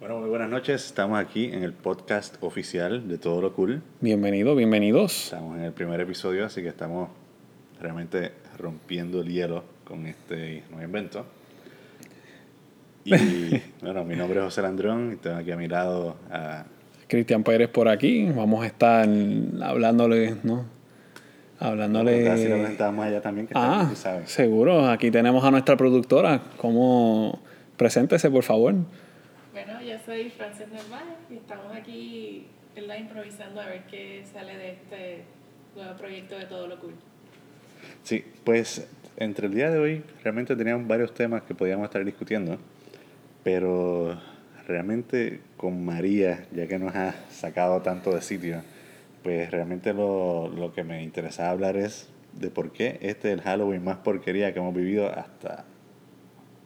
Bueno, muy buenas noches. Estamos aquí en el podcast oficial de Todo Lo Cool. Bienvenido, bienvenidos. Estamos en el primer episodio, así que estamos realmente rompiendo el hielo con este nuevo invento. Y bueno, mi nombre es José Landrón y tengo aquí a mi lado a Cristian Pérez por aquí. Vamos a estar hablándole, ¿no? Hablándole. Así lo presentábamos allá también, que está, Ah, tú sabes. seguro. Aquí tenemos a nuestra productora. ¿Cómo? Preséntese, por favor. Bueno, yo soy Frances Narváez y estamos aquí ¿verdad? improvisando a ver qué sale de este nuevo proyecto de Todo Lo Cool. Sí, pues entre el día de hoy realmente teníamos varios temas que podíamos estar discutiendo, pero realmente con María, ya que nos ha sacado tanto de sitio, pues realmente lo, lo que me interesaba hablar es de por qué este es el Halloween más porquería que hemos vivido hasta...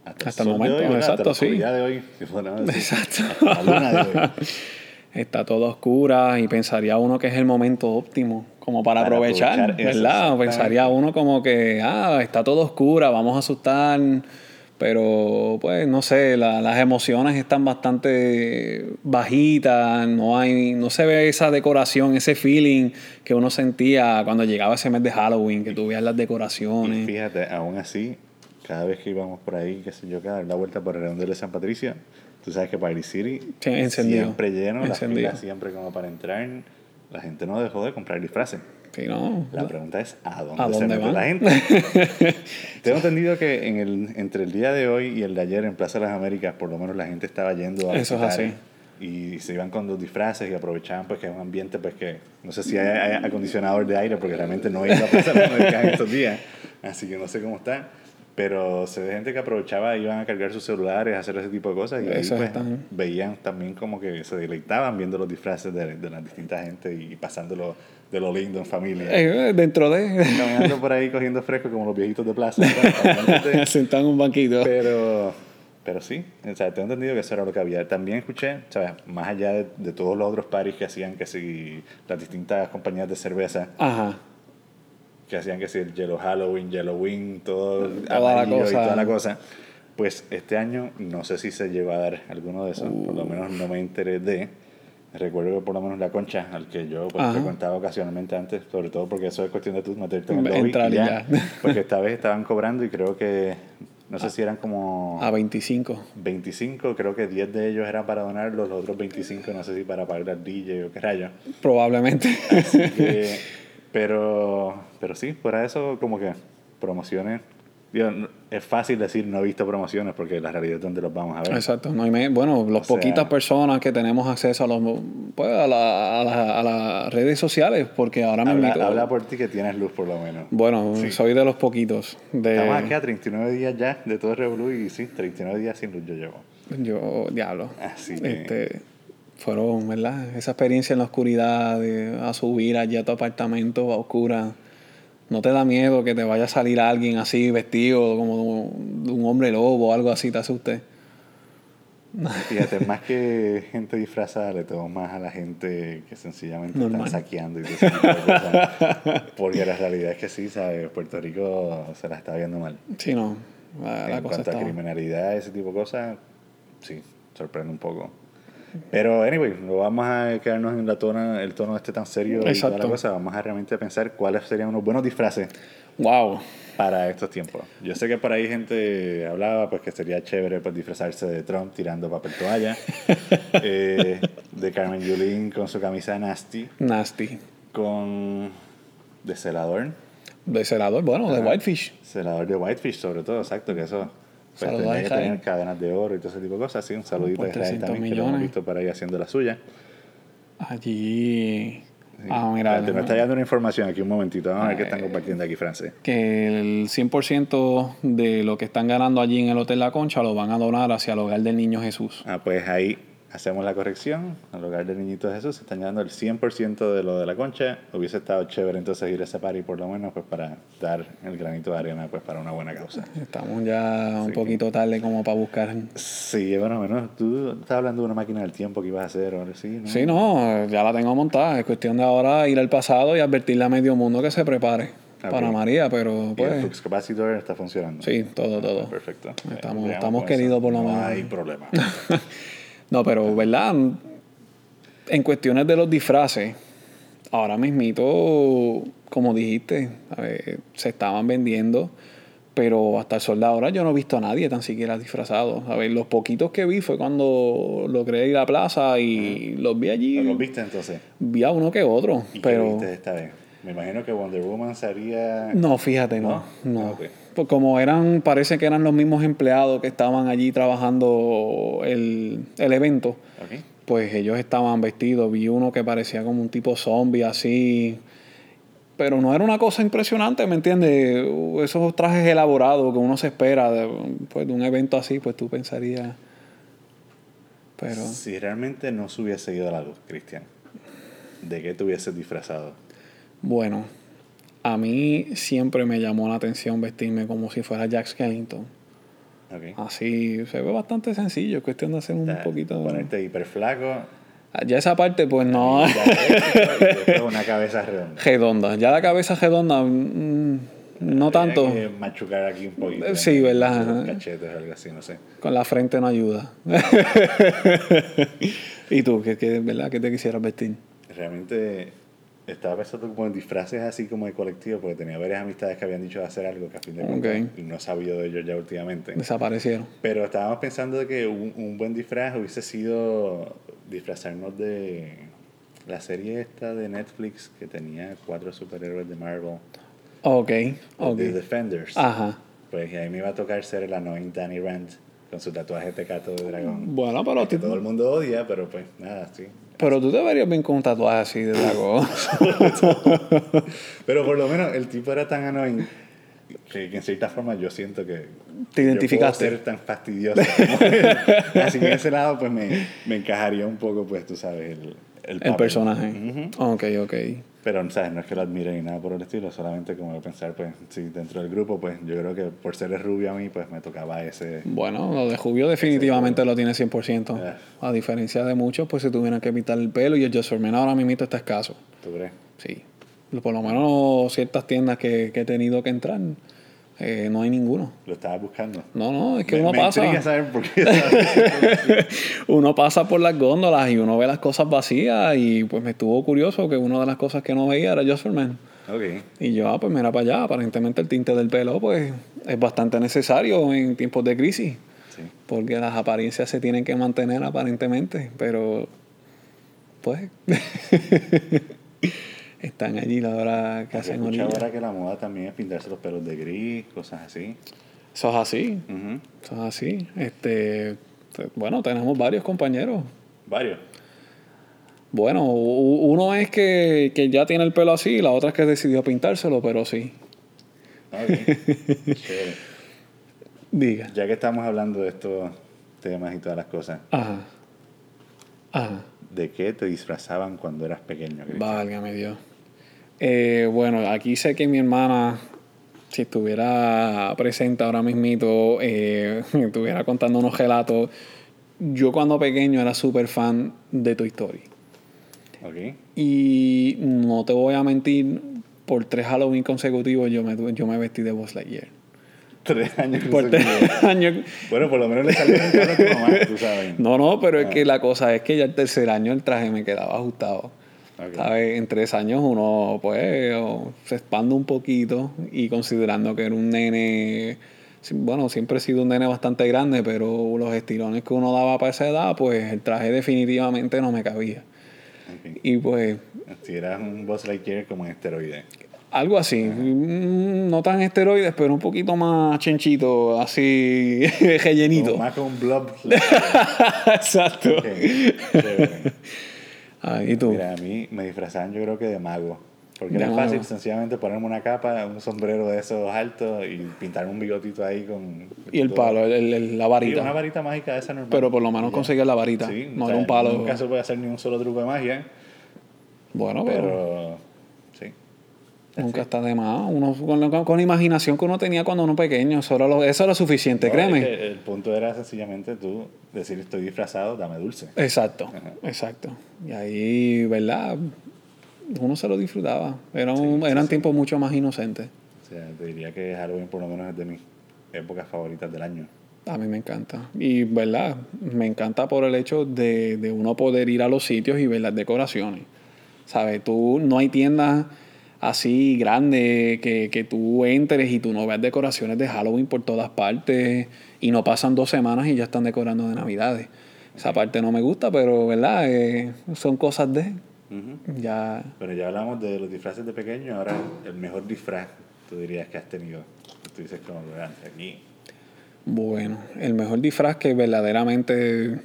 Hasta el sol de momento, ¿verdad? exacto, sí. Hasta la oscuridad de hoy, si podemos decir. Exacto. Hasta la luna de hoy. Está todo oscura y pensaría uno que es el momento óptimo como para, Para aprovechar, aprovechar eso, ¿verdad? exactamente. Pensaría uno como que, ah, está todo oscura, vamos a asustar, pero pues no sé, la- las emociones están bastante bajitas, no hay no se ve esa decoración, ese feeling que uno sentía cuando llegaba ese mes de Halloween, que tú veías las Y decoraciones. fíjate, aún así, cada vez que íbamos por ahí, qué sé yo, cada dar la vuelta por el redondel de San Patricio, tú sabes que Party City Sí, encendido. siempre lleno, las Encendido. filas siempre como para entrar. La gente no dejó de comprar disfraces. Sí, no. La pregunta es, ¿a dónde, ¿A se dónde mete van? la gente? Tengo entendido que en el, entre el día de hoy y el de ayer en Plaza de las Américas, por lo menos la gente estaba yendo a Eso es visitar así. Y se iban con los disfraces y aprovechaban pues que es un ambiente pues que no sé si hay, hay acondicionador de aire porque realmente no he ido a Plaza de las Américas en estos días. Así que no sé cómo está. Pero se ve gente que aprovechaba, iban a cargar sus celulares, a hacer ese tipo de cosas. Y ahí, Eso pues, están. veían también como que se deleitaban viendo los disfraces de, de las distintas gente y pasándolo de lo lindo en familia Eh, dentro de caminando por ahí cogiendo fresco como los viejitos de plaza. ¿verdad? sentado en un banquito. pero, pero sí, o sea, tengo entendido que eso era lo que había. También escuché, o sea, más allá de, de todos los otros paris que hacían, que si las distintas compañías de cerveza, Ajá. que hacían que si el Yellow Halloween, Yellowween, todo la amarillo y cosa. toda la cosa. Pues este año no sé si se lleva a dar alguno de esos, por Uh. lo menos no me enteré de. Recuerdo que por lo menos la concha, al que yo pues, Ajá. frecuentaba ocasionalmente antes, sobre todo porque eso es cuestión de tú meterte en el lobby Entrar y y ya. ya. Ah. Porque esta vez estaban cobrando y creo que, no sé si eran como A 25. 25, creo que 10 de ellos eran para donarlos, los otros 25 no sé si para pagar al DJ o qué rayos. Probablemente. Así que, pero, pero sí, fuera de eso, como que promociones. Digo, no- es fácil decir no he visto promociones porque la realidad es donde los vamos a ver. Exacto. No hay me- bueno, las sea- poquitas personas que tenemos acceso a, los, pues, a, la- a la- a las redes sociales, porque ahora me Habla, habla por ti que tienes luz por lo menos. Bueno, Sí. soy de los poquitos. De, Estamos aquí a 39 días ya de todo el revolú y sí, 39 días sin luz yo llevo. Yo, diablo. Así que- Este, fueron, ¿verdad? Esa experiencia en la oscuridad, de, a subir allá a tu apartamento a oscura. ¿No te da miedo que te vaya a salir alguien así, vestido como de un hombre lobo o algo así, te asuste? Fíjate, más que gente disfrazada, le tengo más a la gente que sencillamente Normal. están saqueando y todo ese tipo de cosas. Porque la realidad es que sí, ¿sabes? Puerto Rico se la está viendo mal. Sí, no. La, Ah, la en cosa cuanto a está... criminalidad, ese tipo de cosas, sí, sorprende un poco. Pero, anyway, no vamos a quedarnos en la tona, el tono este tan serio y toda la Exacto. cosa. Vamos a realmente pensar cuáles serían unos buenos disfraces Wow. para estos tiempos. Yo sé que por ahí gente hablaba pues que sería chévere pues, disfrazarse de Trump tirando papel toalla, eh, de Carmen Yulín con su camisa nasty, Nasty. con... de celador, De celador, bueno, de Ajá. Whitefish. Celador de Whitefish, sobre todo, exacto, que eso. Pues Saludos tenía a que Israel. tener cadenas de oro y todo ese tipo de cosas. Así, un saludito Por a Israel 300 también, que lo hemos millones. visto para ahí haciendo la suya. Allí. Sí. Ah, mira. Espérate, me está llegando una información aquí un momentito. Vamos a ver qué están Ay. compartiendo aquí, Francis. Que el 100% de lo que están ganando allí en el Hotel La Concha lo van a donar hacia el hogar del niño Jesús. Ah, pues ahí hacemos la corrección. Al hogar del niñito Jesús se están llegando el 100% de lo de la concha. Hubiese estado chévere entonces ir a ese party por lo menos pues para dar el granito de arena pues para una buena causa. Estamos ya Sí. un poquito tarde como para buscar. Sí, bueno, menos tú estás hablando de una máquina del tiempo que ibas a hacer o algo así, ¿no? Sí, no, ya la tengo montada. Es cuestión de ahora ir al pasado y advertirle a medio mundo que se prepare Ok. para María, pero Ah, pues. Y el pues. flux capacitor está funcionando. Sí, todo, todo. Perfecto. Eh, Estamos- Veamos estamos con queridos por lo no menos. hay problema. No, pero, ¿verdad? En cuestiones de los disfraces, ahora mismito, como dijiste, a ver, se estaban vendiendo, pero hasta el sol de ahora yo no he visto a nadie tan siquiera disfrazado. A ver, los poquitos que vi fue cuando logré ir a la plaza y los vi allí. Ah, ¿Los viste entonces? Vi a uno que otro, ¿Y pero... qué viste esta vez? Me imagino que Wonder Woman sería... No, fíjate, no. ¿No? No. Ah, ok. Pues como eran, parece que eran los mismos empleados que estaban allí trabajando el, el evento, Ok. pues ellos estaban vestidos. Vi uno que parecía como un tipo zombie así. Pero no era una cosa impresionante, ¿me entiendes? Esos trajes elaborados que uno se espera de, pues, de un evento así, pues tú pensarías. Pero. Si realmente no se hubiese ido a la luz, Cristian, ¿de qué te hubieses disfrazado? Bueno, a mí siempre me llamó la atención vestirme como si fuera Jack Skellington. Ok. Así se ve bastante sencillo, es cuestión de hacer Ah, un O sea, poquito de- Ponerte hiper flaco. Ya esa parte, pues no. una cabeza redonda. redonda. Ya la cabeza redonda, mm, Tenía no tanto. que machucar aquí un poquito. Eh, sí, ¿no? ¿verdad? Los cachetes o algo así, no sé. Con la frente no ayuda. ¿Y tú, qué, qué- verdad, qué te quisieras vestir? Realmente estaba pensando como en disfraces así como de colectivo, porque tenía varias amistades que habían dicho de hacer algo que a fin de Ok. cuentas no he sabido de ellos ya últimamente. Desaparecieron. Pero estábamos pensando de que un, un buen disfraz hubiese sido disfrazarnos de la serie esta de Netflix que tenía cuatro superhéroes de Marvel, Ok, ok. Ah. The Defenders. Ajá. Pues y ahí me iba a tocar ser el annoying Danny Rand con su tatuaje tecato de dragón. Bueno, pero, Que tú- todo el mundo odia, pero pues nada, sí. pero tú te verías bien con un tatuaje así de dragón. Pero por lo menos el tipo era tan annoying que, que en cierta forma yo siento que... Te yo identificaste. puedo ser tan fastidioso como él. Así que en ese lado pues me, me encajaría un poco, pues tú sabes, el, el El papel. personaje. Ujú. Ok, ok. Pero, ¿sabes? No es que lo admire ni nada por el estilo, solamente como de pensar, pues, sí, dentro del grupo, pues, yo creo que por ser rubio a mí, pues, me tocaba ese... Bueno, lo de Jubio definitivamente lo tiene 100%. Ah. A diferencia de muchos, pues se tuvieran que pintar el pelo y el Just for Men ahora mismo está escaso. ¿Tú crees? Sí. Por lo menos ciertas tiendas que, que he tenido que entrar, eh, no hay ninguno. Lo estabas buscando. No, no, es que me, uno me intriga pasa, saber por qué. ¿sabes? uno pasa por las góndolas y uno ve las cosas vacías y pues me estuvo curioso que una de las cosas que no veía era Just for Men. ok. Y yo, ah, pues mira para allá, aparentemente el tinte del pelo pues es bastante necesario en tiempos de crisis. Sí. porque las apariencias se tienen que mantener aparentemente, pero pues están allí la hora que Casi hacen escuché orilla. ahora que la moda también es pintarse los pelos de gris, cosas así. Eso es así, Ujú. eso es así. Este, te- bueno, tenemos varios compañeros. Varios. Bueno, u- uno es que, que ya tiene el pelo así, la otra es que decidió pintárselo, pero sí. Ok. Ah, Chévere. Diga. Ya que estamos hablando de estos temas y todas las cosas, Ajá. Ajá. ¿de qué te disfrazaban cuando eras pequeño? Cristian? Válgame Dios. Eh, bueno, aquí sé que mi hermana, si estuviera presente ahora mismito, eh, estuviera contando unos relatos. Yo cuando pequeño era súper fan de Toy Story. Ok. Y no te voy a mentir, por tres Halloween consecutivos yo me, yo me vestí de Buzz Lightyear. Tres años. Por tres consecutivos. años... Bueno, por lo menos le salió un caro a tu mamá, tú sabes. No, no, pero es Ah. que la cosa es que ya el tercer año el traje me quedaba ajustado. Ok. ¿Sabes? En tres años uno, pues, o se expande un poquito y considerando que era un nene, sí, bueno, siempre he sido un nene bastante grande, pero los estilones que uno daba para esa edad, pues el traje definitivamente no me cabía. Ok. Y pues, Si eras un boss Lightyear como en esteroide. algo así, Ah. mm, no tan esteroides, pero un poquito más chenchito, así, rellenito. Como Más como un blob. Exacto. Ok. Chévere. Ah, ¿Y tú? Mira, a mí me disfrazaban yo creo que de mago. Porque De era mago. fácil sencillamente ponerme una capa, un sombrero de esos altos y pintarme un bigotito ahí con... Y el todo. palo, el- el- el- la varita. Sí, una varita mágica de esa normal. Pero por lo menos Ya. conseguía la varita. Sí, no o era sea, un palo. Nunca se puede hacer ni un solo truco de magia, bueno, pero, pero... Sí. nunca está de más. Uno, con, la- con la imaginación que uno tenía cuando uno pequeño, eso era, lo, eso era suficiente, No, créeme. es que el punto era sencillamente tú decir estoy disfrazado, dame dulce. Exacto, exacto. Y ahí, ¿verdad? Uno se lo disfrutaba. Era un- eran tiempos mucho más inocentes. O sea, te diría que Halloween por lo menos es de mis épocas favoritas del año. A mí me encanta. Y, ¿verdad? Me encanta por el hecho de, de uno poder ir a los sitios y ver las decoraciones. ¿Sabes? Tú no hay tiendas así grandes que, que tú entres y tú no veas decoraciones de Halloween por todas partes y no pasan dos semanas y ya están decorando de Navidades. Esa parte no me gusta, pero, ¿verdad? Eh, son cosas de. Ujú. Ya. Bueno, ya hablamos de los disfraces de pequeño, ahora el mejor disfraz, tú dirías que has tenido. Tú dices como durante aquí. Bueno, el mejor disfraz que verdaderamente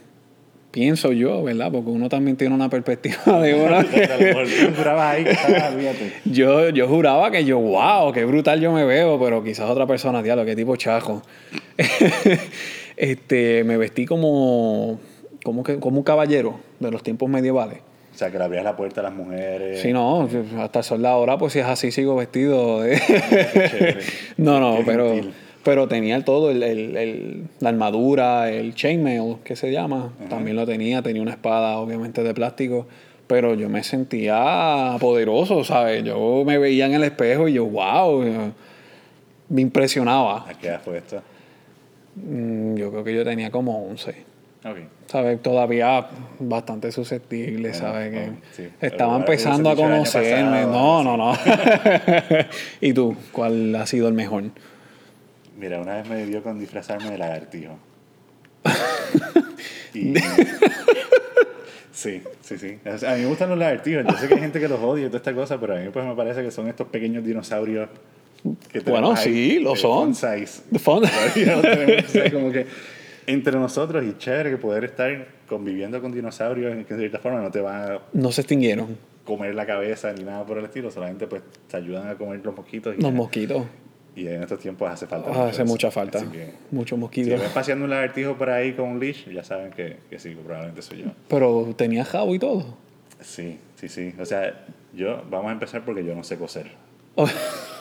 pienso yo, ¿verdad? Porque uno también tiene una perspectiva de uno. A lo mejor tú jurabas ahí que estabas, fíjate. Yo, yo juraba que yo, wow, qué brutal yo me veo, pero quizás otra persona, diablo, qué tipo chajo. este, me vestí como, como, que, como un caballero de los tiempos medievales. O sea, que le abrías la puerta a las mujeres. Sí, no, hasta el sol de ahora, pues si es así, sigo vestido. de- no, no, Qué pero, gentil. pero tenía todo, el, el- el- la armadura, el chainmail, que se llama, también lo tenía, tenía una espada, obviamente, de plástico, pero yo me sentía poderoso, ¿sabes? Yo me veía en el espejo y yo, wow, me impresionaba. ¿A qué edad fue esto? Mm, Yo creo que yo tenía como 11. Ok. ¿sabes? Todavía bastante susceptible, Bueno, ¿sabes? Que bueno, sí. Estaba Pero empezando a hubiese dicho el año conocerme. pasado, No, no, no. ¿Y tú? ¿Cuál ha sido el mejor? Mira, una vez me dio con disfrazarme de lagartijo. Y- Sí, sí, sí. O sea, a mí me gustan los lagartijos. Yo sé que hay gente que los odia y toda esta cosa, pero a mí pues me parece que son estos pequeños dinosaurios que tenemos Bueno, ahí, sí, lo eh, fun son. size. Fun- Todavía no tenemos, o sea, como que entre nosotros y chévere que poder estar conviviendo con dinosaurios que de cierta forma no te van a No se extinguieron comer la cabeza ni nada por el estilo, solamente pues te ayudan a comer los mosquitos y, los mosquitos. Ah, y en estos tiempos hace falta. mucho Hace eso. mucha falta. Así que, Muchos si mosquitos. ven paseando un lagartijo por ahí con un leash, ya saben que, que sí, que probablemente soy yo. Pero tenía jabo y todo. Sí, sí, sí. O sea, yo, vamos a empezar porque yo no sé coser.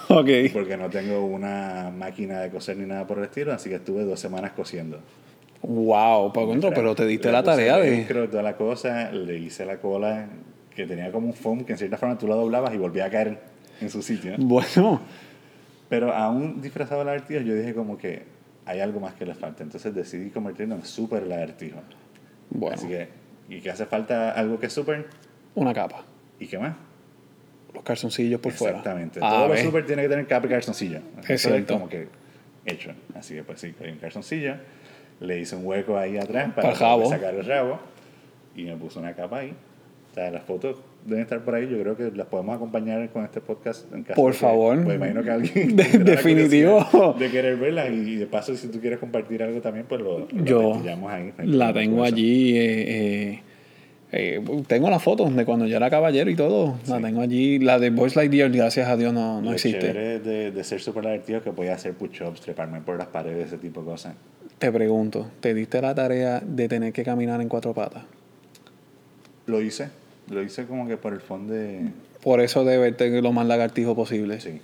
ok. Porque no tengo una máquina de coser ni nada por el estilo, así que estuve dos semanas cosiendo. Wow, pa' contra, pero te diste la tarea de... Creo toda la cosa, le hice la cola que tenía como un foam que en cierta forma tú la doblabas y volvía a caer en su sitio. Bueno, Pero aún disfrazado de lagartijo, yo dije como que hay algo más que le falta. Entonces decidí convertirme en super lagartijo. bueno. Así que, ¿y que hace falta algo que es super? Una capa. ¿Y qué más? Los calzoncillos por fuera. Exactamente. Ah, Todo lo ves. super tiene que tener capa y calzoncillo. Es Eso es cierto. como que hecho. Así que pues sí, cogí un calzoncillo, le hice un hueco ahí atrás Para para, el rabo. sacar el rabo y me puso una capa ahí. O sea, las fotos deben estar por ahí. Yo creo que las podemos acompañar con este podcast. En caso Por de que- favor. Pues imagino que alguien... De- tendrá la definitivo. curiosidad De querer verlas y de paso si tú quieres compartir algo también pues lo, lo Yo pillamos ahí. No hay problema la con tengo eso. allí. eh, eh, eh, tengo las fotos de cuando yo era caballero y todo. La tengo allí. La de Boys Like Dear, gracias a Dios, no, no Lo existe. chévere de, de ser súper divertido es que podía hacer push-ups, treparme por las paredes, ese tipo de cosas. Te pregunto, ¿te diste la tarea de tener que caminar en cuatro patas? Lo hice. Lo hice como que por el fondo de... Por eso de verte lo más lagartijo posible. Sí,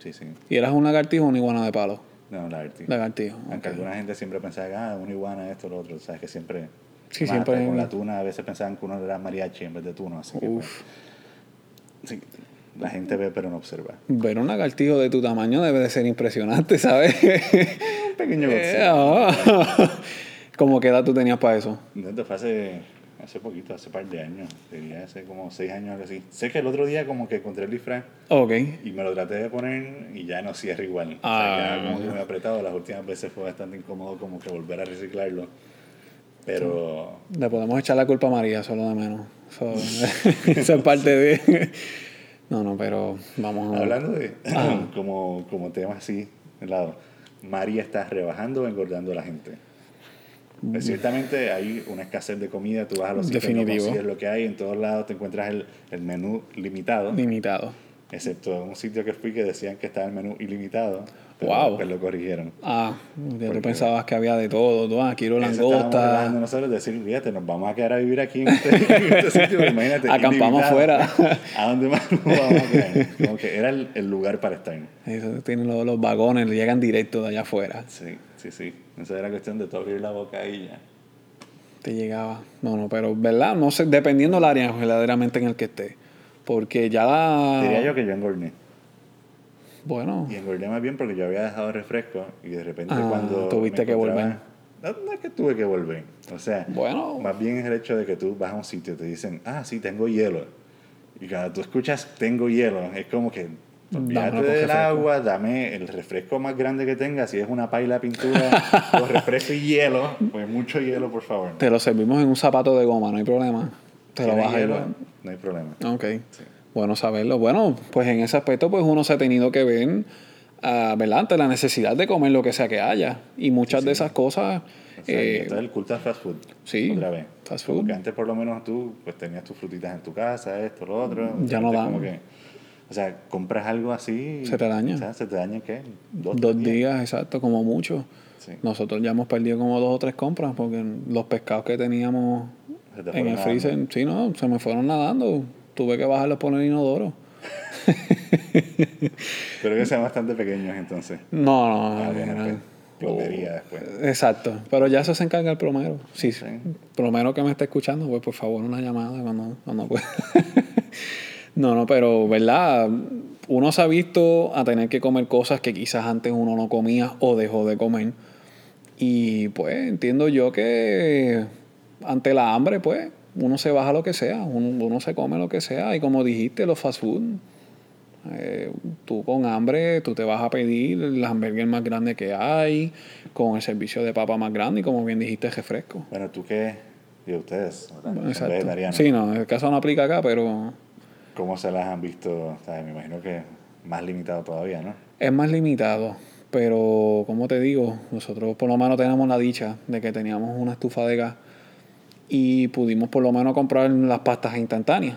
sí, sí. ¿Y eras un lagartijo o una iguana de palo? No, lagartijo. Lagartijo. Aunque ok. alguna gente siempre pensaba que, ah, una iguana, esto, lo otro. Sabes que siempre... Sí, más hasta siempre hay Con una- la tuna a veces pensaban que uno era mariachi en vez de tuno. Así que, Uf. pues, sí, la gente ve pero no observa. Ver un lagartijo de tu tamaño debe de ser impresionante, ¿sabes? Un pequeño Eh, bolsillo. ah. ¿Cómo qué edad tú tenías para eso? No, Esto fue hace, hace poquito, hace par de años. Diría hace como seis años algo así. Sé que el otro día como que encontré el disfraz Ok. y me lo traté de poner y ya no cierra igual. o sea, Ah. quedaba como que muy apretado. Las últimas veces fue bastante incómodo como que volver a reciclarlo. Pero Le podemos echar la culpa a María, solo de menos. Eso, eso es parte de. No, no, pero vamos a. hablando de Ah. como, como tema así, de lado, María está rebajando o engordando a la gente. Pues, ciertamente hay una escasez de comida, tú vas a los sitios, no Mm. Definitivo. consigues lo que hay, en todos lados te encuentras el, el menú limitado. Limitado. Excepto en un sitio que fui que decían que estaba el menú ilimitado. Pero Wow. Después lo corrigieron. Ah, ya Porque- tú pensabas que había de todo. Tú, ah, quiero Eso estábamos langosta. hablando nosotros de decir, fíjate, nos vamos a quedar a vivir aquí en este, en este sitio, pero imagínate. Acampamos ilimitado. fuera. ¿A dónde más nos vamos a quedar? Como que era el, el lugar para estar. Eso tienen los, los vagones, llegan directo de allá afuera. Sí, sí, sí. Esa era cuestión de tú abrir la boca y ya. Te llegaba. No, no, pero, ¿verdad? No sé, dependiendo del área verdaderamente en el que esté. Porque ya la. Diría yo que yo engordé. Bueno. Y engordé más bien porque yo había dejado refresco y de repente Ah, cuando... tuviste me que encontraba- volver. no, no es que tuve que volver. O sea, Bueno. más bien es el hecho de que tú vas a un sitio y te dicen, ah, sí, tengo hielo. Y cuando tú escuchas, tengo hielo, es como que, Dame olvídate una coca del fresca. agua, dame el refresco más grande que tengas, si es una paila de pintura, o refresco y hielo, pues mucho hielo, por favor. Te lo servimos en un zapato de goma, no hay problema. Te lo ¿Tienes vas a hielo? llevar. No hay problema. Ok. Bueno saberlo. Bueno, pues en ese aspecto, pues uno se ha tenido que ver, ah, ¿verdad? Ante la necesidad de comer lo que sea que haya. Y muchas de esas cosas. O sea, y eh, esto es el culto al fast food. sí, Otra vez. fast Como food. que antes por lo menos tú pues tenías tus frutitas en tu casa, esto, lo otro. Ya no Antes dan. como que- o sea, compras algo así. y- Se te daña. O sea, se te daña ¿qué? Dos, dos tres días. exacto, como mucho. Sí. Nosotros ya hemos perdido como dos o tres compras porque los pescados que teníamos Se te en fueron el freezer, nadando. sí, no, se me fueron nadando. Tuve que bajarlos por el inodoro. Pero que sean bastante pequeños entonces. No, no, Ah, no, bueno, no, pues, no. plomería Oh. después. Exacto, pero ya eso se encarga el plomero. Sí, Sí. plomero que me está escuchando, pues por favor una llamada cuando, cuando pueda. no, no, pero verdad, uno se ha visto a tener que comer cosas que quizás antes uno no comía o dejó de comer. Y pues entiendo yo que ante la hambre, pues uno se baja lo que sea, uno, uno se come lo que sea. Y como dijiste, los fast food, eh, tú con hambre, tú te vas a pedir el hamburger más grande que hay, con el servicio de papa más grande y como bien dijiste, refresco. Bueno, tú qué, y ustedes, ¿verdad? Son Exacto. vegetarianos. Sí, no, el caso no aplica acá, pero ¿Cómo se las han visto? O sea, me imagino que más limitado todavía, ¿no? es más limitado. Pero, como te digo, nosotros por lo menos tenemos la dicha de que teníamos una estufa de gas y pudimos por lo menos comprar las pastas instantáneas.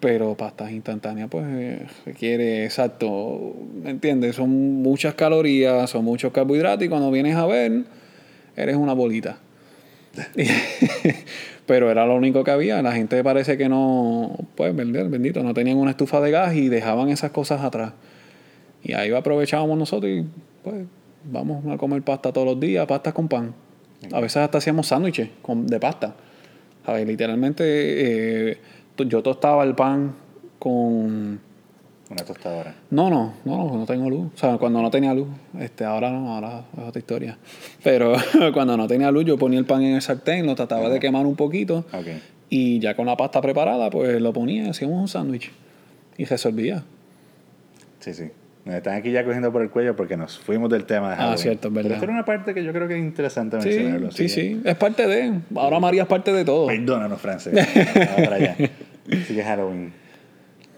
Pero pastas instantáneas, pues, eh, requiere, exacto, ¿me entiendes? Son muchas calorías, son muchos carbohidratos y cuando vienes a ver, eres una bolita. Pero era lo único que había. La gente parece que no, pues, bendito, bendito, no tenían una estufa de gas y dejaban esas cosas atrás. Y ahí aprovechábamos nosotros y, pues, vamos a comer pasta todos los días, pasta con pan. A veces hasta hacíamos sándwiches con- de pasta. A ver, literalmente, eh, to- yo tostaba el pan con Una tostadora. no, no, no, no, no tengo luz. O sea, cuando no tenía luz, este, ahora no, ahora es otra historia. Pero cuando no tenía luz, yo ponía el pan en el sartén, lo trataba de quemar un poquito Ok. y ya con la pasta preparada, pues lo ponía, y hacíamos un sándwich y resolvía. Sí, sí. Nos están aquí ya cogiendo por el cuello porque nos fuimos del tema de Halloween. Ah, cierto, es verdad. Pero esta era una parte que yo creo que es interesante Sí, mencionarlo. así sí, que Pues, sí, es parte de. Ahora María es parte de todo. Perdónanos, Frances. Ahora para allá. Así que Halloween.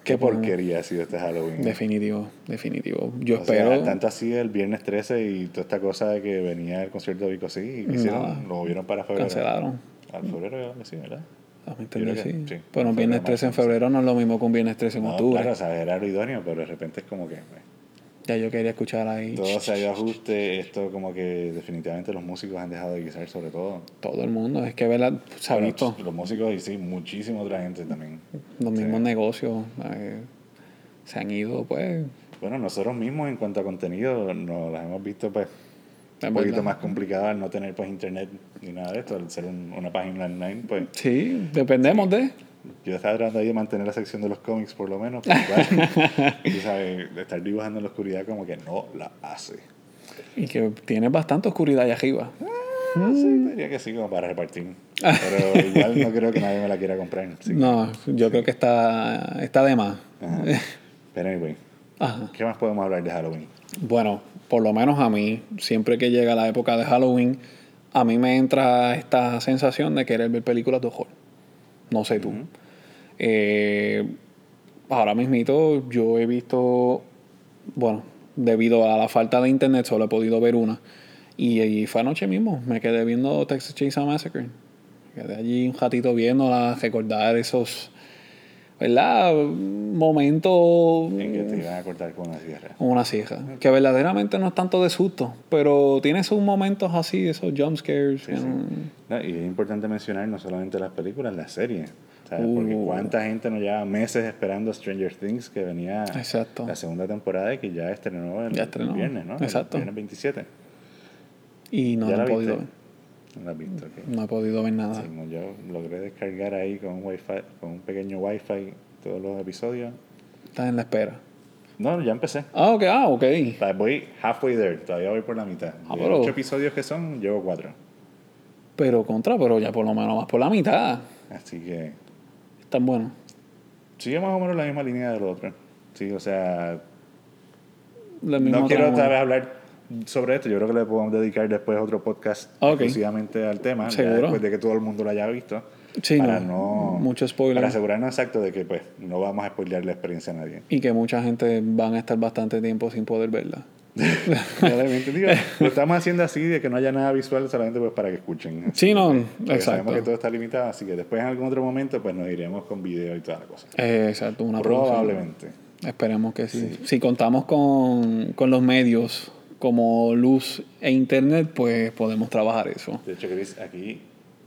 Qué porquería ha sido este Halloween. ¿eh? Definitivo, definitivo. Yo O sea, espero. tanto así el viernes 13 y toda esta cosa de que venía el concierto de Vico sí y que Nada. hicieron, lo movieron para febrero. cancelaron. Al febrero, sí, ¿verdad? A mi entender, Yo creo que sí. sí. Pero Febrero, un viernes 13 en marzo, febrero no es lo mismo que un viernes 13 en No, octubre. claro, o sea, era lo idóneo, pero de repente es como que pues, Ya yo quería escuchar ahí. todo se ha ido a ajuste. Esto como que definitivamente los músicos han dejado de guisar sobre todo. Todo el mundo, es que ¿verdad? se ha Bueno, visto. Los músicos y sí, muchísima otra gente también. los Sí. mismos negocios eh, se han ido, pues. Bueno, nosotros mismos en cuanto a contenido nos las hemos visto pues Es un poquito verdad. más complicado al no tener pues internet ni nada de esto, al ser un- una página online pues Sí, dependemos de. yo estaba tratando ahí de mantener la sección de los cómics por lo menos, pero igual, tú sabes, de estar dibujando en la oscuridad como que no la hace. Y que tiene bastante oscuridad allá arriba. Mm. Ah, sí, diría que sí, como para repartir. Pero igual no creo que nadie me la quiera comprar. así que- no, yo creo que está, está de más. Ajá. Pero anyway, Ajá. ¿qué más podemos hablar de Halloween? Eh. Bueno, por lo menos a mí, siempre que llega la época de Halloween, a mí me entra esta sensación de querer ver películas de horror. No sé tú. Eh, ahora mismito yo he visto, bueno, debido a la falta de internet solo he podido ver una. Y, y fue anoche mismo, me quedé viendo Texas Chainsaw Massacre. Me quedé allí un ratito viéndola, recordar esos, ¿verdad? Momentos En que te iban a cortar con una sierra. una sierra. Que verdaderamente no es tanto de susto, pero tiene esos momentos así, esos jump scares. que no- No, y es importante mencionar no solamente las películas, las series. ¿sabes? Porque Uh. cuánta gente nos lleva meses esperando Stranger Things que venía Exacto. la segunda temporada y que ya estrenó el Ya estrenó. viernes, ¿no? El Exacto. viernes 27. Y no ¿Ya lo he la podido viste? ver. Ah. No la has visto, ok. No he podido ver nada. Como yo logré descargar ahí con un, wifi, con un pequeño wifi todos los episodios. Estás en la espera. No, ya empecé. Ah, ok, ah, ok. O sea, Voy halfway there, todavía voy por la mitad. Ah, De pero- ocho episodios que son, llevo cuatro. Pero contra, pero ya por lo menos más por la mitad. Así que Están buenos. sigue más o menos la misma línea del otro. Sí, o sea, Del mismo no quiero tramo. otra vez hablar sobre esto. Yo creo que le podemos dedicar después otro podcast Ok. exclusivamente al tema, ya Seguro. después de que todo el mundo lo haya visto. Sí, para no, no, mucho spoiler. Para asegurarnos exacto de que pues no vamos a spoilear la experiencia a nadie. Y que mucha gente van a estar bastante tiempo sin poder verla. Probablemente, digo, lo estamos haciendo así de que no haya nada visual solamente pues para que escuchen. Sí, no, Porque Sabemos exacto. que todo está limitado, así que después en algún otro momento pues nos iremos con video y toda la cosa. Eh, exacto, una producción. Probablemente. Esperemos que sí. Si contamos con, con los medios como luz e internet, pues podemos trabajar eso. De hecho, Chris, aquí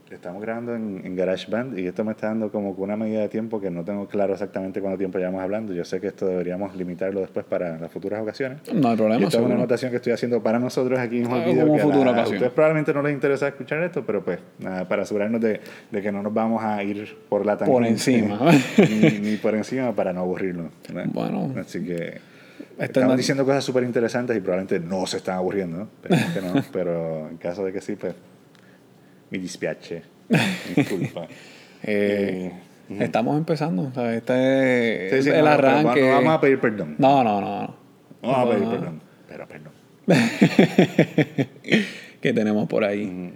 estamos grabando en, en GarageBand y esto me está dando como que una medida de tiempo que no tengo claro exactamente cuánto tiempo llevamos hablando. Yo sé que esto deberíamos limitarlo después para las futuras ocasiones. No hay Y problema. Esta es una seguro. anotación que estoy haciendo para nosotros aquí en Ah, el video. como que a la- futura a ocasión. ustedes probablemente no les interesa escuchar esto, pero pues nada, para asegurarnos de, de que no nos vamos a ir por la tangente. Por encima. ni, ni por encima para no aburrirnos. ¿verdad? Bueno. Así que Está estamos mal. diciendo cosas súper interesantes y probablemente no se están aburriendo, ¿no? pero, que no, pero en caso de que sí, pues mi dispiace. Disculpa. Eh, Estamos empezando. o sea, Este Sí, es sí, el no, pero arranque. No vamos a pedir perdón. No, No, no, no. no. vamos a pedir no. perdón. Pero perdón. que tenemos por ahí.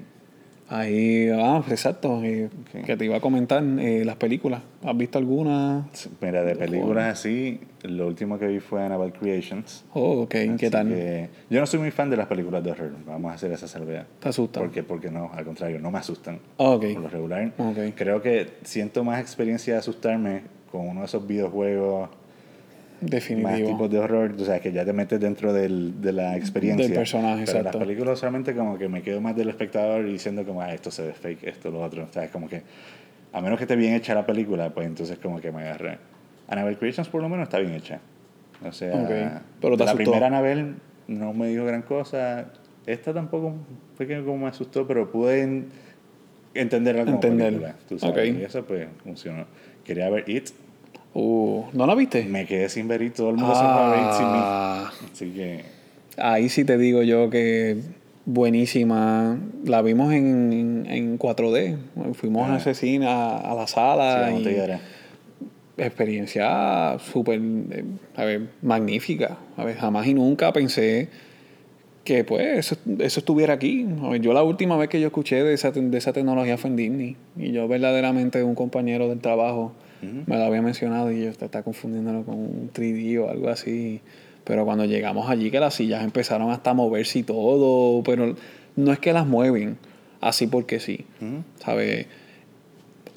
Ahí, ah, exacto. eh, Que te iba a comentar eh, las películas. ¿Has visto alguna? Mira, de películas así, lo último que vi fue Annabelle Creations. Oh, ok, Así inquietante. que- yo no soy muy fan de las películas de horror, vamos a hacer esa salvedad. Te asusta. Porque, porque no, al contrario, no me asustan. Ah, Ok. Por lo regular, Ok. creo que siento más experiencia de asustarme con uno de esos videojuegos más Definitivo. tipos de horror, o sea, que ya te metes dentro del, de la experiencia. Del personaje, Pero en exacto. las películas solamente como que me quedo más del espectador y diciendo como, ah, esto se ve fake, esto, lo otro. O sea, es como que, a menos que esté bien hecha la película, pues entonces como que me agarré. Annabelle Creations por lo menos está bien hecha. O sea, Ok, pero te de la asustó. primera Annabelle no me dijo gran cosa. Esta tampoco fue que como me asustó, pero pude en- entenderla como Entender. película. Tú sabes, Ok. y eso pues funcionó. Quería ver It, Uh, ¿No la viste? me quedé sin ver It, todo el mundo se fue a ver It sin mí. Ah, Así que ahí sí te digo yo que buenísima. La vimos en, en 4D. Fuimos Ah. a asesina a la sala. sí, no y- te quedará. experiencia súper, eh, a ver, magnífica. A ver, jamás y nunca pensé que pues eso, eso estuviera aquí. A ver, yo la última vez que yo escuché de esa, te- de esa tecnología fue en Disney. Y yo verdaderamente un compañero del trabajo me lo había mencionado y yo te está confundiéndolo con un 3D o algo así. Pero cuando llegamos allí que las sillas empezaron hasta a moverse y todo, pero no es que las mueven así porque sí. Ujú. ¿Sabes?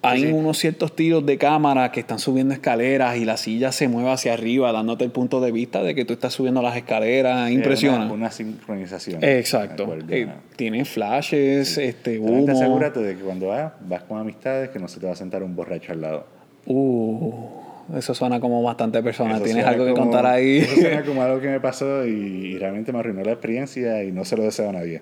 Hay unos ciertos tiros de cámara que están subiendo escaleras y la silla se mueve hacia arriba, dándote el punto de vista de que tú estás subiendo las Eh, escaleras. Impresiona. Una, una sincronización. Exacto. De acuerdo, Eh, ajá. tiene flashes, este Solamente humo. asegúrate de que cuando vas, vas con amistades, que no se te va a sentar un borracho al lado. Uh, eso suena como bastante personal. Eso Tienes suena algo que como- contar ahí. Eso suena como algo que me pasó y, y realmente me arruinó la experiencia y no se lo deseo a nadie.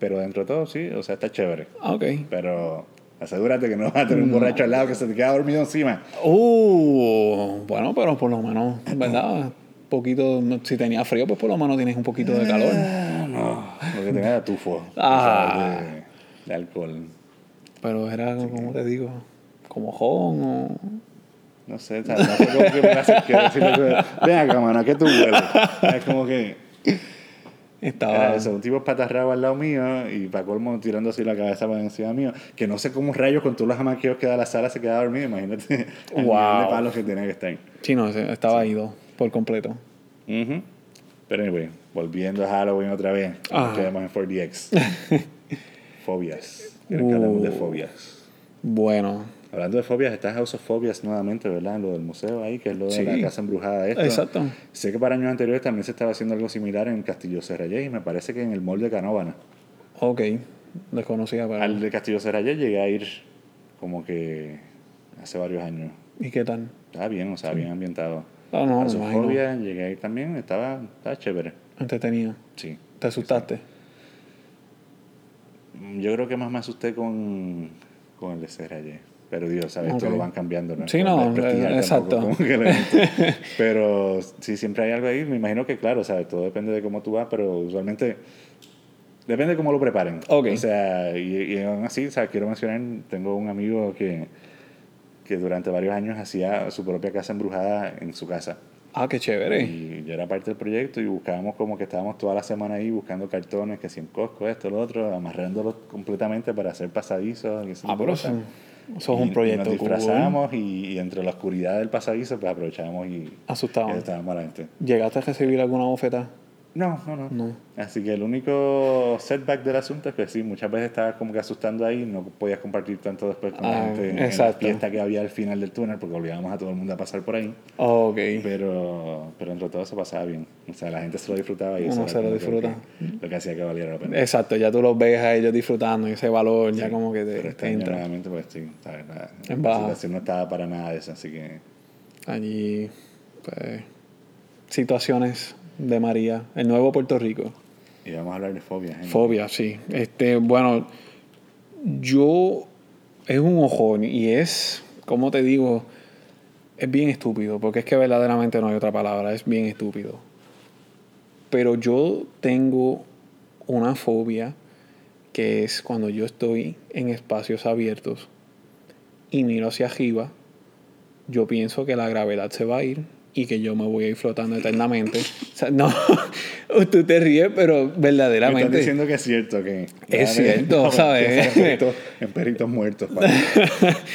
Pero dentro de todo, sí, o sea, está chévere. ok. Pero asegúrate que no vas a tener un borracho al lado que se te queda dormido encima. Uh, bueno, pero por lo menos, ¿verdad? poquito, no- si tenía frío, pues por lo menos tienes un poquito de calor. Ah, no, lo que tenga era tufo. Ah. o sea, de- de alcohol. Pero era, como te digo, como jón o... No sé, o sea, no fue como que me acerqué a decirle, ven acá, mano, ¿a qué tú hueles? Es como que Estaba... era eso, un tipo espatarrado al lado mío y para colmo tirando así la cabeza para encima mío, que no sé cómo rayos con todos los jamaqueos que da la sala se queda dormido, imagínate el nivel Wow. de palos que tenía que estar. Sí, no, ese- estaba ido por completo. Ujú. Pero anyway, volviendo a Halloween otra vez, Ajá. nos quedamos en 4DX. fobias, creo que hablamos de Uh. fobias. Bueno, Hablando de fobias, está House of Phobias nuevamente, ¿verdad? En Lo del museo ahí, que es lo de Sí. la casa embrujada. Esto. Exacto. Sé que para años anteriores también se estaba haciendo algo similar en Castillo Serrallé y me parece que en el mall de Canóvana. ok. Desconocía, pero... Al de Castillo Serrallé llegué a ir como que hace varios años. ¿Y qué tal? Estaba bien, o sea, bien ambientado. Ah, no, a me su imagino. fobia llegué a ir también, estaba, estaba chévere. Entretenida. Sí. ¿Te asustaste? Mm, Yo creo que más me asusté con, con el de Serrallé. Pero Dios, ¿sabes? Ok. Todo lo van cambiando, ¿no? Sí, Como no, desprestigiar eh, tampoco exacto. como que el evento. pero sí, siempre hay algo ahí. Me imagino que, claro, ¿sabes? Todo depende de cómo tú vas, pero usualmente Depende de cómo lo preparen. Ok. O sea, y, y aún así, o sea, quiero mencionar, tengo un amigo que, que durante varios años hacía su propia casa embrujada en su casa. Ah, qué chévere. Y yo era parte del proyecto y buscábamos como que estábamos toda la semana ahí buscando cartones, que si en Costco, esto, lo otro, amarrándolos completamente para hacer pasadizos. Y ese Ah, tipo de pero cosas. eso, eso es Y- un proyecto Y nos cool. disfrazamos y, y entre la oscuridad del pasadizo, pues aprovechábamos y Asustaban. y asustábamos a la gente. ¿Llegaste a recibir alguna bofeta? No, no, no, No. Así que el único setback del asunto es que sí, muchas veces estabas como que asustando ahí, no podías compartir tanto después con Ah, la gente en la exacto. fiesta que había al final del túnel, porque obligábamos a todo el mundo a pasar por ahí. Ok. Pero, pero entre todo se pasaba bien. O sea, la gente se lo disfrutaba y Uno eso era se lo como que lo que- Lo disfruta. que, hacía que valiera la pena. Exacto, ya tú los ves a ellos disfrutando y ese valor ya Sí, como que te, Pero este te año entra. nuevamente, pues sí, sabes, la, la En baja. situación no estaba para nada de eso, así que Allí, pues, situaciones de María, el nuevo Puerto Rico. Y vamos a hablar de fobias. gente. Fobia, sí. Este, bueno, yo es un ojón y es, como te digo, es bien estúpido, porque es que verdaderamente no hay otra palabra, es bien estúpido. Pero yo tengo una fobia que es cuando yo estoy en espacios abiertos y miro hacia arriba, yo pienso que la gravedad se va a ir y que yo me voy a ir flotando eternamente. O sea, no, tú te ríes, pero Me verdaderamente... estás diciendo que es cierto que... Es Dale, cierto, no, ¿sabes? pensar En perritos, en perritos muertos para,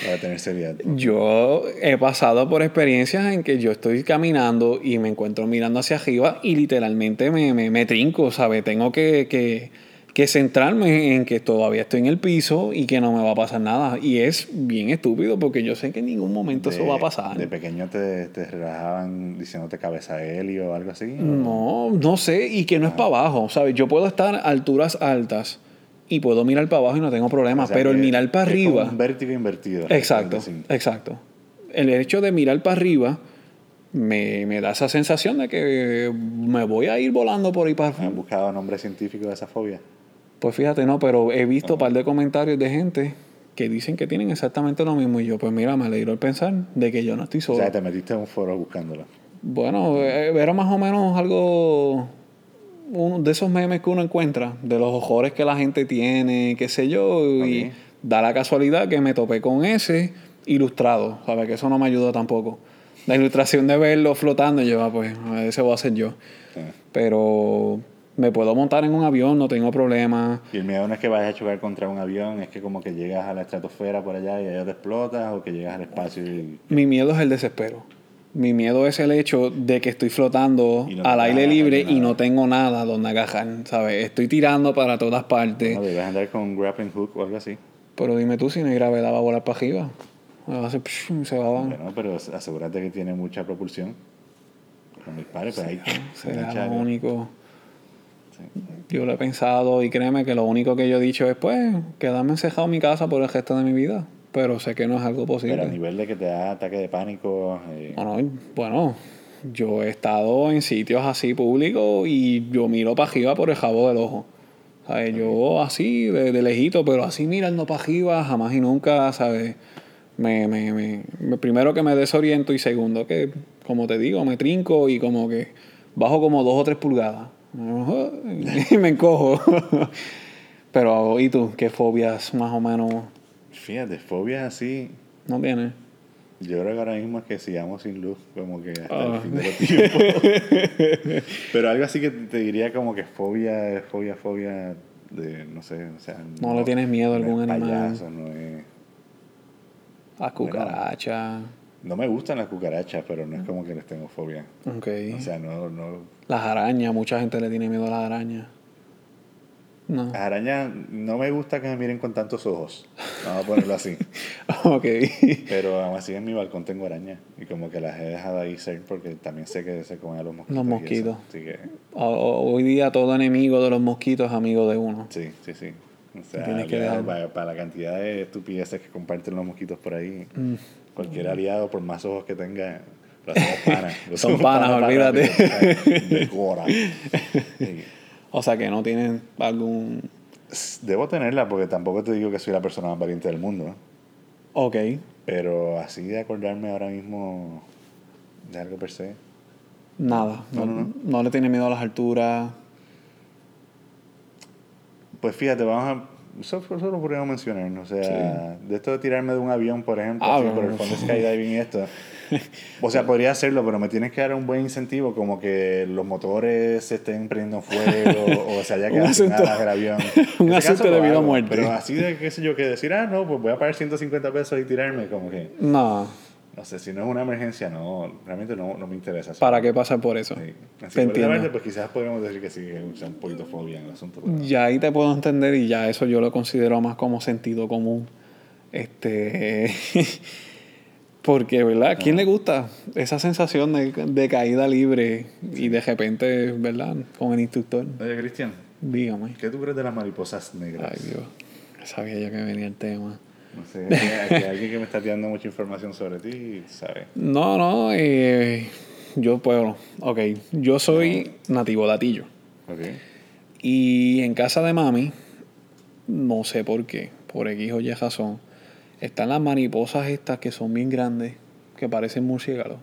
para tener seriedad. Yo he pasado por experiencias en que yo estoy caminando y me encuentro mirando hacia arriba y literalmente me, me, me trinco, ¿sabes? Tengo que, que- que centrarme en que todavía estoy en el piso y que no me va a pasar nada. Y es bien estúpido porque yo sé que en ningún momento eso De- va a pasar. De pequeño te, te relajaban diciéndote cabeza de helio o algo así. ¿o? No, no sé, y que no es para abajo, ¿sabes? Yo puedo estar a alturas altas y puedo mirar para abajo y no tengo problema, O sea, pero el que- mirar para que es como arriba... Un vértigo invertido. algo Exacto, así. exacto. El hecho de mirar para arriba me, me da esa sensación de que eh, me voy a ir volando por ahí para ¿Han buscado nombre científico de esa fobia? Pues fíjate, no, pero he visto un par de comentarios de gente que dicen que tienen exactamente lo mismo. Y yo, pues mira, me alegro al pensar de que yo no estoy O solo. sea, te metiste en un foro buscándolo. Bueno, eh, era más o menos algo. Uno de esos memes que uno encuentra, de los horrores que la gente tiene, qué sé yo, y Ok. da la casualidad que me topé con ese ilustrado, ¿sabes? Que eso no me ayudó tampoco. La ilustración de verlo flotando, y yo, ah, pues, ese voy a hacer yo. Ah. Pero me puedo montar en un avión, no tengo problema. Y el miedo no es que vayas a chocar contra un avión, es que como que llegas a la estratosfera por allá y allá te explotas o que llegas al espacio y... Mi miedo es el desespero. Mi miedo es el hecho de que estoy flotando Y no al tengo aire nada, libre nada. y no tengo nada donde agarrar, ¿sabes? Estoy tirando para todas partes. No, debes andar con un grappling hook o algo así. Pero dime tú si no hay gravedad va a volar para arriba. Va a hacer pshum, se va a dar. Bueno, pero asegúrate que tiene mucha propulsión. Con pues, mis padres, pero ahí... se engancha Será lo algo. único. Yo lo he pensado y créeme que lo único que yo he dicho es pues quedarme encejado en mi casa por el resto de mi vida. Pero sé que no es algo Pero a posible. nivel de que te da ataque de pánico... eh, Bueno, bueno, yo he estado en sitios así públicos y yo miro para arriba por el jabo del ojo. ¿Sabes? Yo así, de, de lejito, pero así mirando para arriba jamás y nunca, ¿sabes? Me, me, me- me- primero que me desoriento y segundo que, como te digo, me trinco y como que bajo como dos o tres pulgadas. Y me encojo. Pero, ¿y tú? ¿Qué fobias más o menos Fíjate, fobias así... no tienes? Yo creo que ahora mismo es que sigamos sin luz, como que hasta Ah. el fin de los tiempos. Pero algo así que te diría como que fobia, fobia, fobia de, no sé, o sea... No le tienes miedo a no algún es animal. payaso, no es... A cucarachas. No me gustan las cucarachas, pero Ah. no es como que les tengo fobia. Ok. O sea, no, no... Las arañas, mucha gente le tiene miedo a las arañas. No. Las arañas no me gusta que me miren con tantos ojos. Vamos a ponerlo así. Ok. Pero aún así en mi balcón tengo arañas. Y como que las he dejado ahí ser porque también sé que se comen a los mosquitos. Los y eso. mosquitos. Así que, O- o- hoy día todo enemigo de los mosquitos es amigo de uno. sí, sí, sí. O sea, Tienes que ya dejar. para, para la cantidad de estupideces que comparten los mosquitos por ahí, Mm. cualquier aliado, por más ojos que tenga, lo hacemos panas. Lo Son hacemos panas, para olvídate. rápido, o sea, Decora. Sí. O sea que no tienen algún... Debo tenerla porque tampoco te digo que soy la persona más valiente del mundo. ¿no? Ok. Pero así de acordarme ahora mismo de algo per se. Nada. No, No, no, no. no le tiene miedo a las alturas. Pues fíjate, vamos a. Eso, eso lo podríamos mencionar, o sea, de esto de tirarme de un avión, por ejemplo, Ah, así, bueno. por el fondo skydiving y esto. O sea, podría hacerlo, pero me tienes que dar un buen incentivo, como que los motores se estén prendiendo fuego o se haya Un quedado sin asunto- alas del avión. un En ese asunto caso, lo de vida o hago, muerte. Pero así de qué sé yo, que decir, ah, no, pues voy a pagar 150 pesos y tirarme, como que, No, no sé, si no es una emergencia, no, realmente no, no me interesa. ¿para qué pasar por eso? Sí. Así Te por esa entiendo. parte, pues quizás podríamos decir que sí, que es un poquito fobia en el asunto. pero- Ya ahí te puedo entender y ya eso yo lo considero más como sentido común. Este. Porque, ¿verdad? ¿A quién le gusta esa sensación de, de caída libre y de repente, ¿verdad? Con el instructor. Oye, Cristian, Dígame. ¿qué tú crees de las mariposas negras? Ay, Dios. Sabía yo que venía el tema. No sé, aquí hay alguien que me está tirando mucha información sobre ti, ¿sabes? No, no. eh, yo puedo. Ok. Yo soy nativo latillo. Ok. Y en casa de mami, no sé por qué, por X o Y razón, están las mariposas estas que son bien grandes, que parecen murciélagos,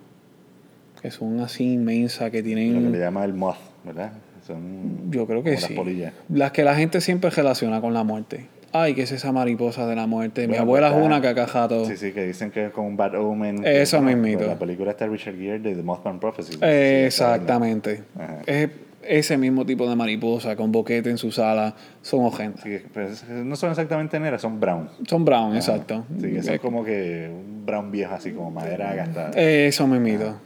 que son así inmensas, que Lo que le tienen... llama el moth, ¿verdad? Son Mm. Yo creo que como sí. Las polillas. Las que la gente siempre relaciona con la muerte. Ay, ¿qué es esa mariposa de la muerte? Mi Bueno, abuela es está- una que acaja todo. Sí, sí, que dicen que es como un bad omen. Eso Bueno, mismito. pues La película está Richard Gere de The Mothman Prophecy. Eh, Exactamente. Ajá. Es ese mismo tipo de mariposa con boquete en su sala. Son ojendas. Sí, que- pero es- no son exactamente negras, son brown. Son brown, exacto. Sí, que son Eh, como que un brown viejo así, como madera gastada. Eh, Eso me mito.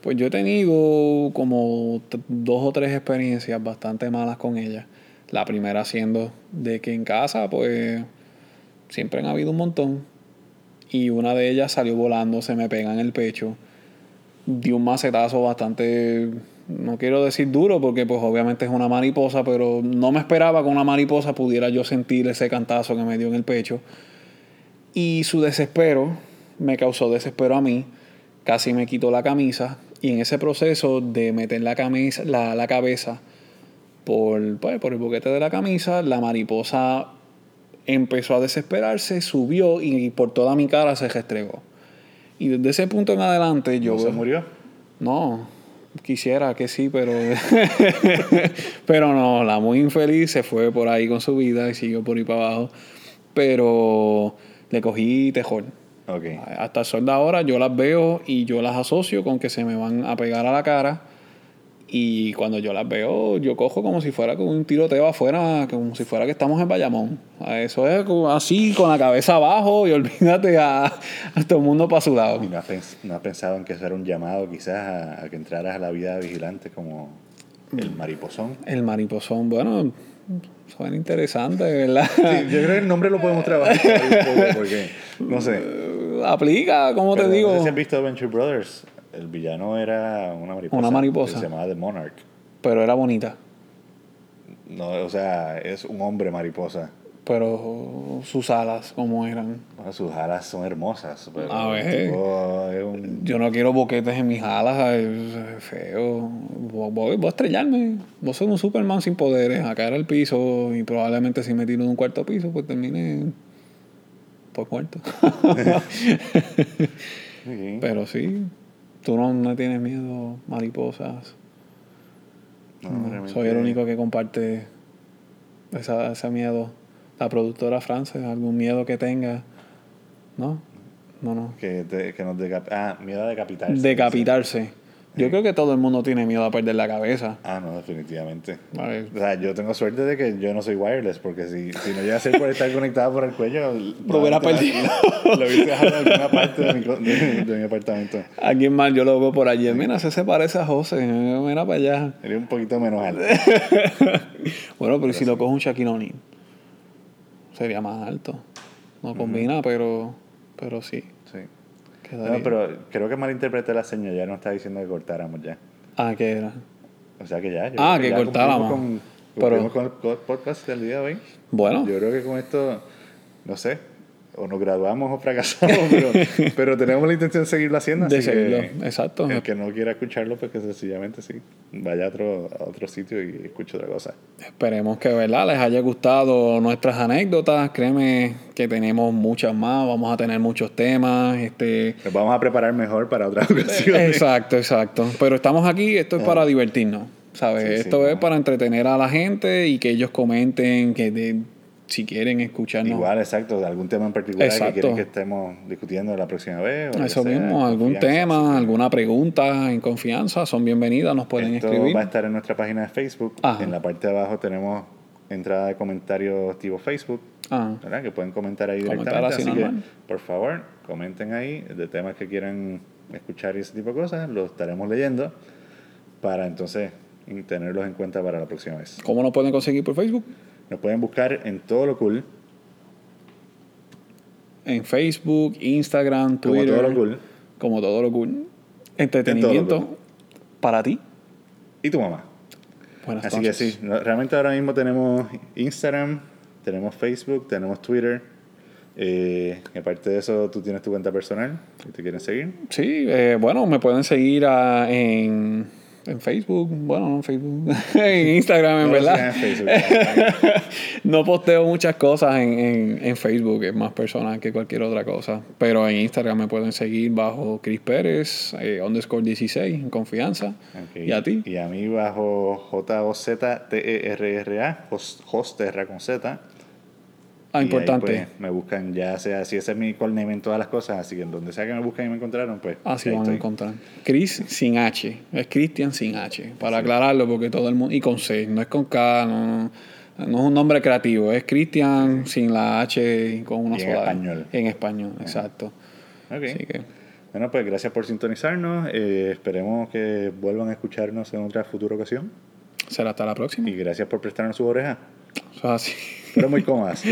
Pues yo he tenido como t- dos o tres experiencias bastante malas con ella. La primera siendo de que en casa, pues, siempre han habido un montón. Y una de ellas salió volando, se me pega en el pecho. Di un macetazo bastante, no quiero decir duro, porque pues obviamente es una mariposa, pero no me esperaba que una mariposa pudiera yo sentir ese cantazo que me dio en el pecho. Y su desespero me causó desespero a mí. Casi me quitó la camisa. Y en ese proceso de meter la, camisa, la, la cabeza por, pues, por el boquete de la camisa, la mariposa empezó a desesperarse, subió y por toda mi cara se restregó. Y desde ese punto en adelante yo... ¿No se veo- murió? no, quisiera que sí, pero. pero no, la muy infeliz se fue por ahí con su vida y siguió por ahí para abajo. Pero le cogí tejón. Ok. Hasta el sol de ahora yo las veo y yo las asocio con que se me van a pegar a la cara. Y cuando yo las veo, yo cojo como si fuera con un tiroteo afuera, como si fuera que estamos en Bayamón. A Eso es como así, con la cabeza abajo y olvídate a, a todo el mundo para su lado. ¿Y no has, pens- no has pensado en que eso era un llamado quizás a, a que entraras a la vida vigilante como el Mm. mariposón? El mariposón, bueno, suena interesante, ¿verdad? Sí, yo creo que el nombre lo podemos trabajar un poco porque, no sé. Aplica, como Pero te No sé digo. si has visto Venture Brothers. El villano era una mariposa. Una mariposa. que Se llamaba The Monarch. Pero era bonita. No, o sea, es un hombre mariposa. Pero sus alas, como eran. Bueno, sus alas son hermosas, pero A ver. el tipo es un... Yo no quiero boquetes en mis alas, ay, es feo. Voy, voy- voy a estrellarme. Vos sos un Superman sin poderes, a caer al piso y probablemente si me tiro de un cuarto piso, pues termine pues muerto. Sí. Pero sí, tú no, no tienes miedo, mariposas. No, No, realmente- Mm, soy el único que comparte esa, ese miedo. La productora Frances, algún miedo que tenga. ¿No? No, no. Que, te- que nos decap- Ah, miedo a decapitarse. Decapitarse. Eh. Yo creo que todo el mundo tiene miedo a perder la cabeza. Ah, no, definitivamente. A ver, O sea, yo tengo suerte de que yo no soy wireless, porque si, si no llega a ser por estar conectado por el cuello, Lo hubiera probablemente la- Lo hubiese dejado en alguna parte de mi, co- de- de mi apartamento. Alguien más yo lo veo por allí. Mira, ese se parece a José. Mira para allá. Sería un poquito menos alto. Bueno, pero, si lo coge un Shaquille O'Neal, sería más alto. No combina, pero, pero sí. Sí. quedaría. No, pero creo que malinterpreté la señal, ya no está diciendo que cortáramos ya. Ah, ¿qué era? O sea que ya. yo Ah, creo que ya cortáramos. cumplimos Con, Pero- Ah. cumplimos con el co- podcast del día de hoy. Bueno, Yo creo que con esto, no sé, o nos graduamos o fracasamos, pero, pero tenemos la intención de seguirlo haciendo. de así seguirlo. que- Exacto. El que no quiera escucharlo, pues que sencillamente sí, vaya a otro, a otro sitio y escuche otra cosa. Esperemos que verdad les haya gustado nuestras anécdotas. Créeme que tenemos muchas más, vamos a tener muchos temas. Este, Nos vamos a preparar mejor para otra ocasión. exacto, exacto. Pero estamos aquí, esto es para divertirnos. ¿Sabes? Eh. Sí, sí, Esto es ajá. para entretener a la gente y que ellos comenten, que de- si quieren escucharnos. Igual, exacto, de algún tema en particular Exacto. que quieren que estemos discutiendo la próxima vez. o lo que Eso sea, mismo, algún confianza, tema, sí. alguna pregunta en confianza, son bienvenidas, nos pueden Esto escribir. va a estar en nuestra página de Facebook. Ajá. En la parte de abajo tenemos entrada de comentarios tipo Facebook, Ah, ¿verdad? Que pueden comentar ahí Comentar directamente. así Así que, normal. por favor, comenten ahí de temas que quieran escuchar y ese tipo de cosas. Los estaremos leyendo para entonces tenerlos en cuenta para la próxima vez. ¿Cómo nos pueden conseguir por Facebook? Nos pueden buscar en todo lo cool, En Facebook, Instagram, como Twitter. todo lo cool, Como todo lo cool. Entretenimiento cool. para ti. y tu mamá. Buenas Así que noches. sí, no- realmente ahora mismo tenemos Instagram, tenemos Facebook, tenemos Twitter. Eh, y aparte de eso, tú tienes tu cuenta personal, si te quieren seguir. Sí, eh, bueno, me pueden seguir a- en, en Facebook, bueno, no en Facebook, en Instagram, en No lo verdad. sigan en Facebook. No posteo muchas cosas en, en- en Facebook, es más personal que cualquier otra cosa. Pero en Instagram me pueden seguir bajo Cris Pérez, eh, underscore 16, en confianza. Ok. ¿Y a ti? Ah, Y a mí bajo E J-O-Z-T-E-R-R-A, Jos- Josterra con Z. Ah, Y ahí, importante. pues, me buscan, ya sea así, ese es mi codename en todas las cosas. Así que en donde sea que me buscan y me encontraron, pues. Así ahí van Ah, a estoy. encontrar. Chris sin H. Es Christian sin H. Para aclararlo, porque todo el mundo. Y con C. No es con K. No, no es un nombre creativo. Es Christian sin la H y con una Y en sola. E. español. En español, exacto. Ok. Así que. Bueno, pues gracias por sintonizarnos. Eh, esperemos que vuelvan a escucharnos en otra futura ocasión. Será hasta la próxima. Y gracias por prestarnos sus orejas. Eso es así. Pero muy cómodas.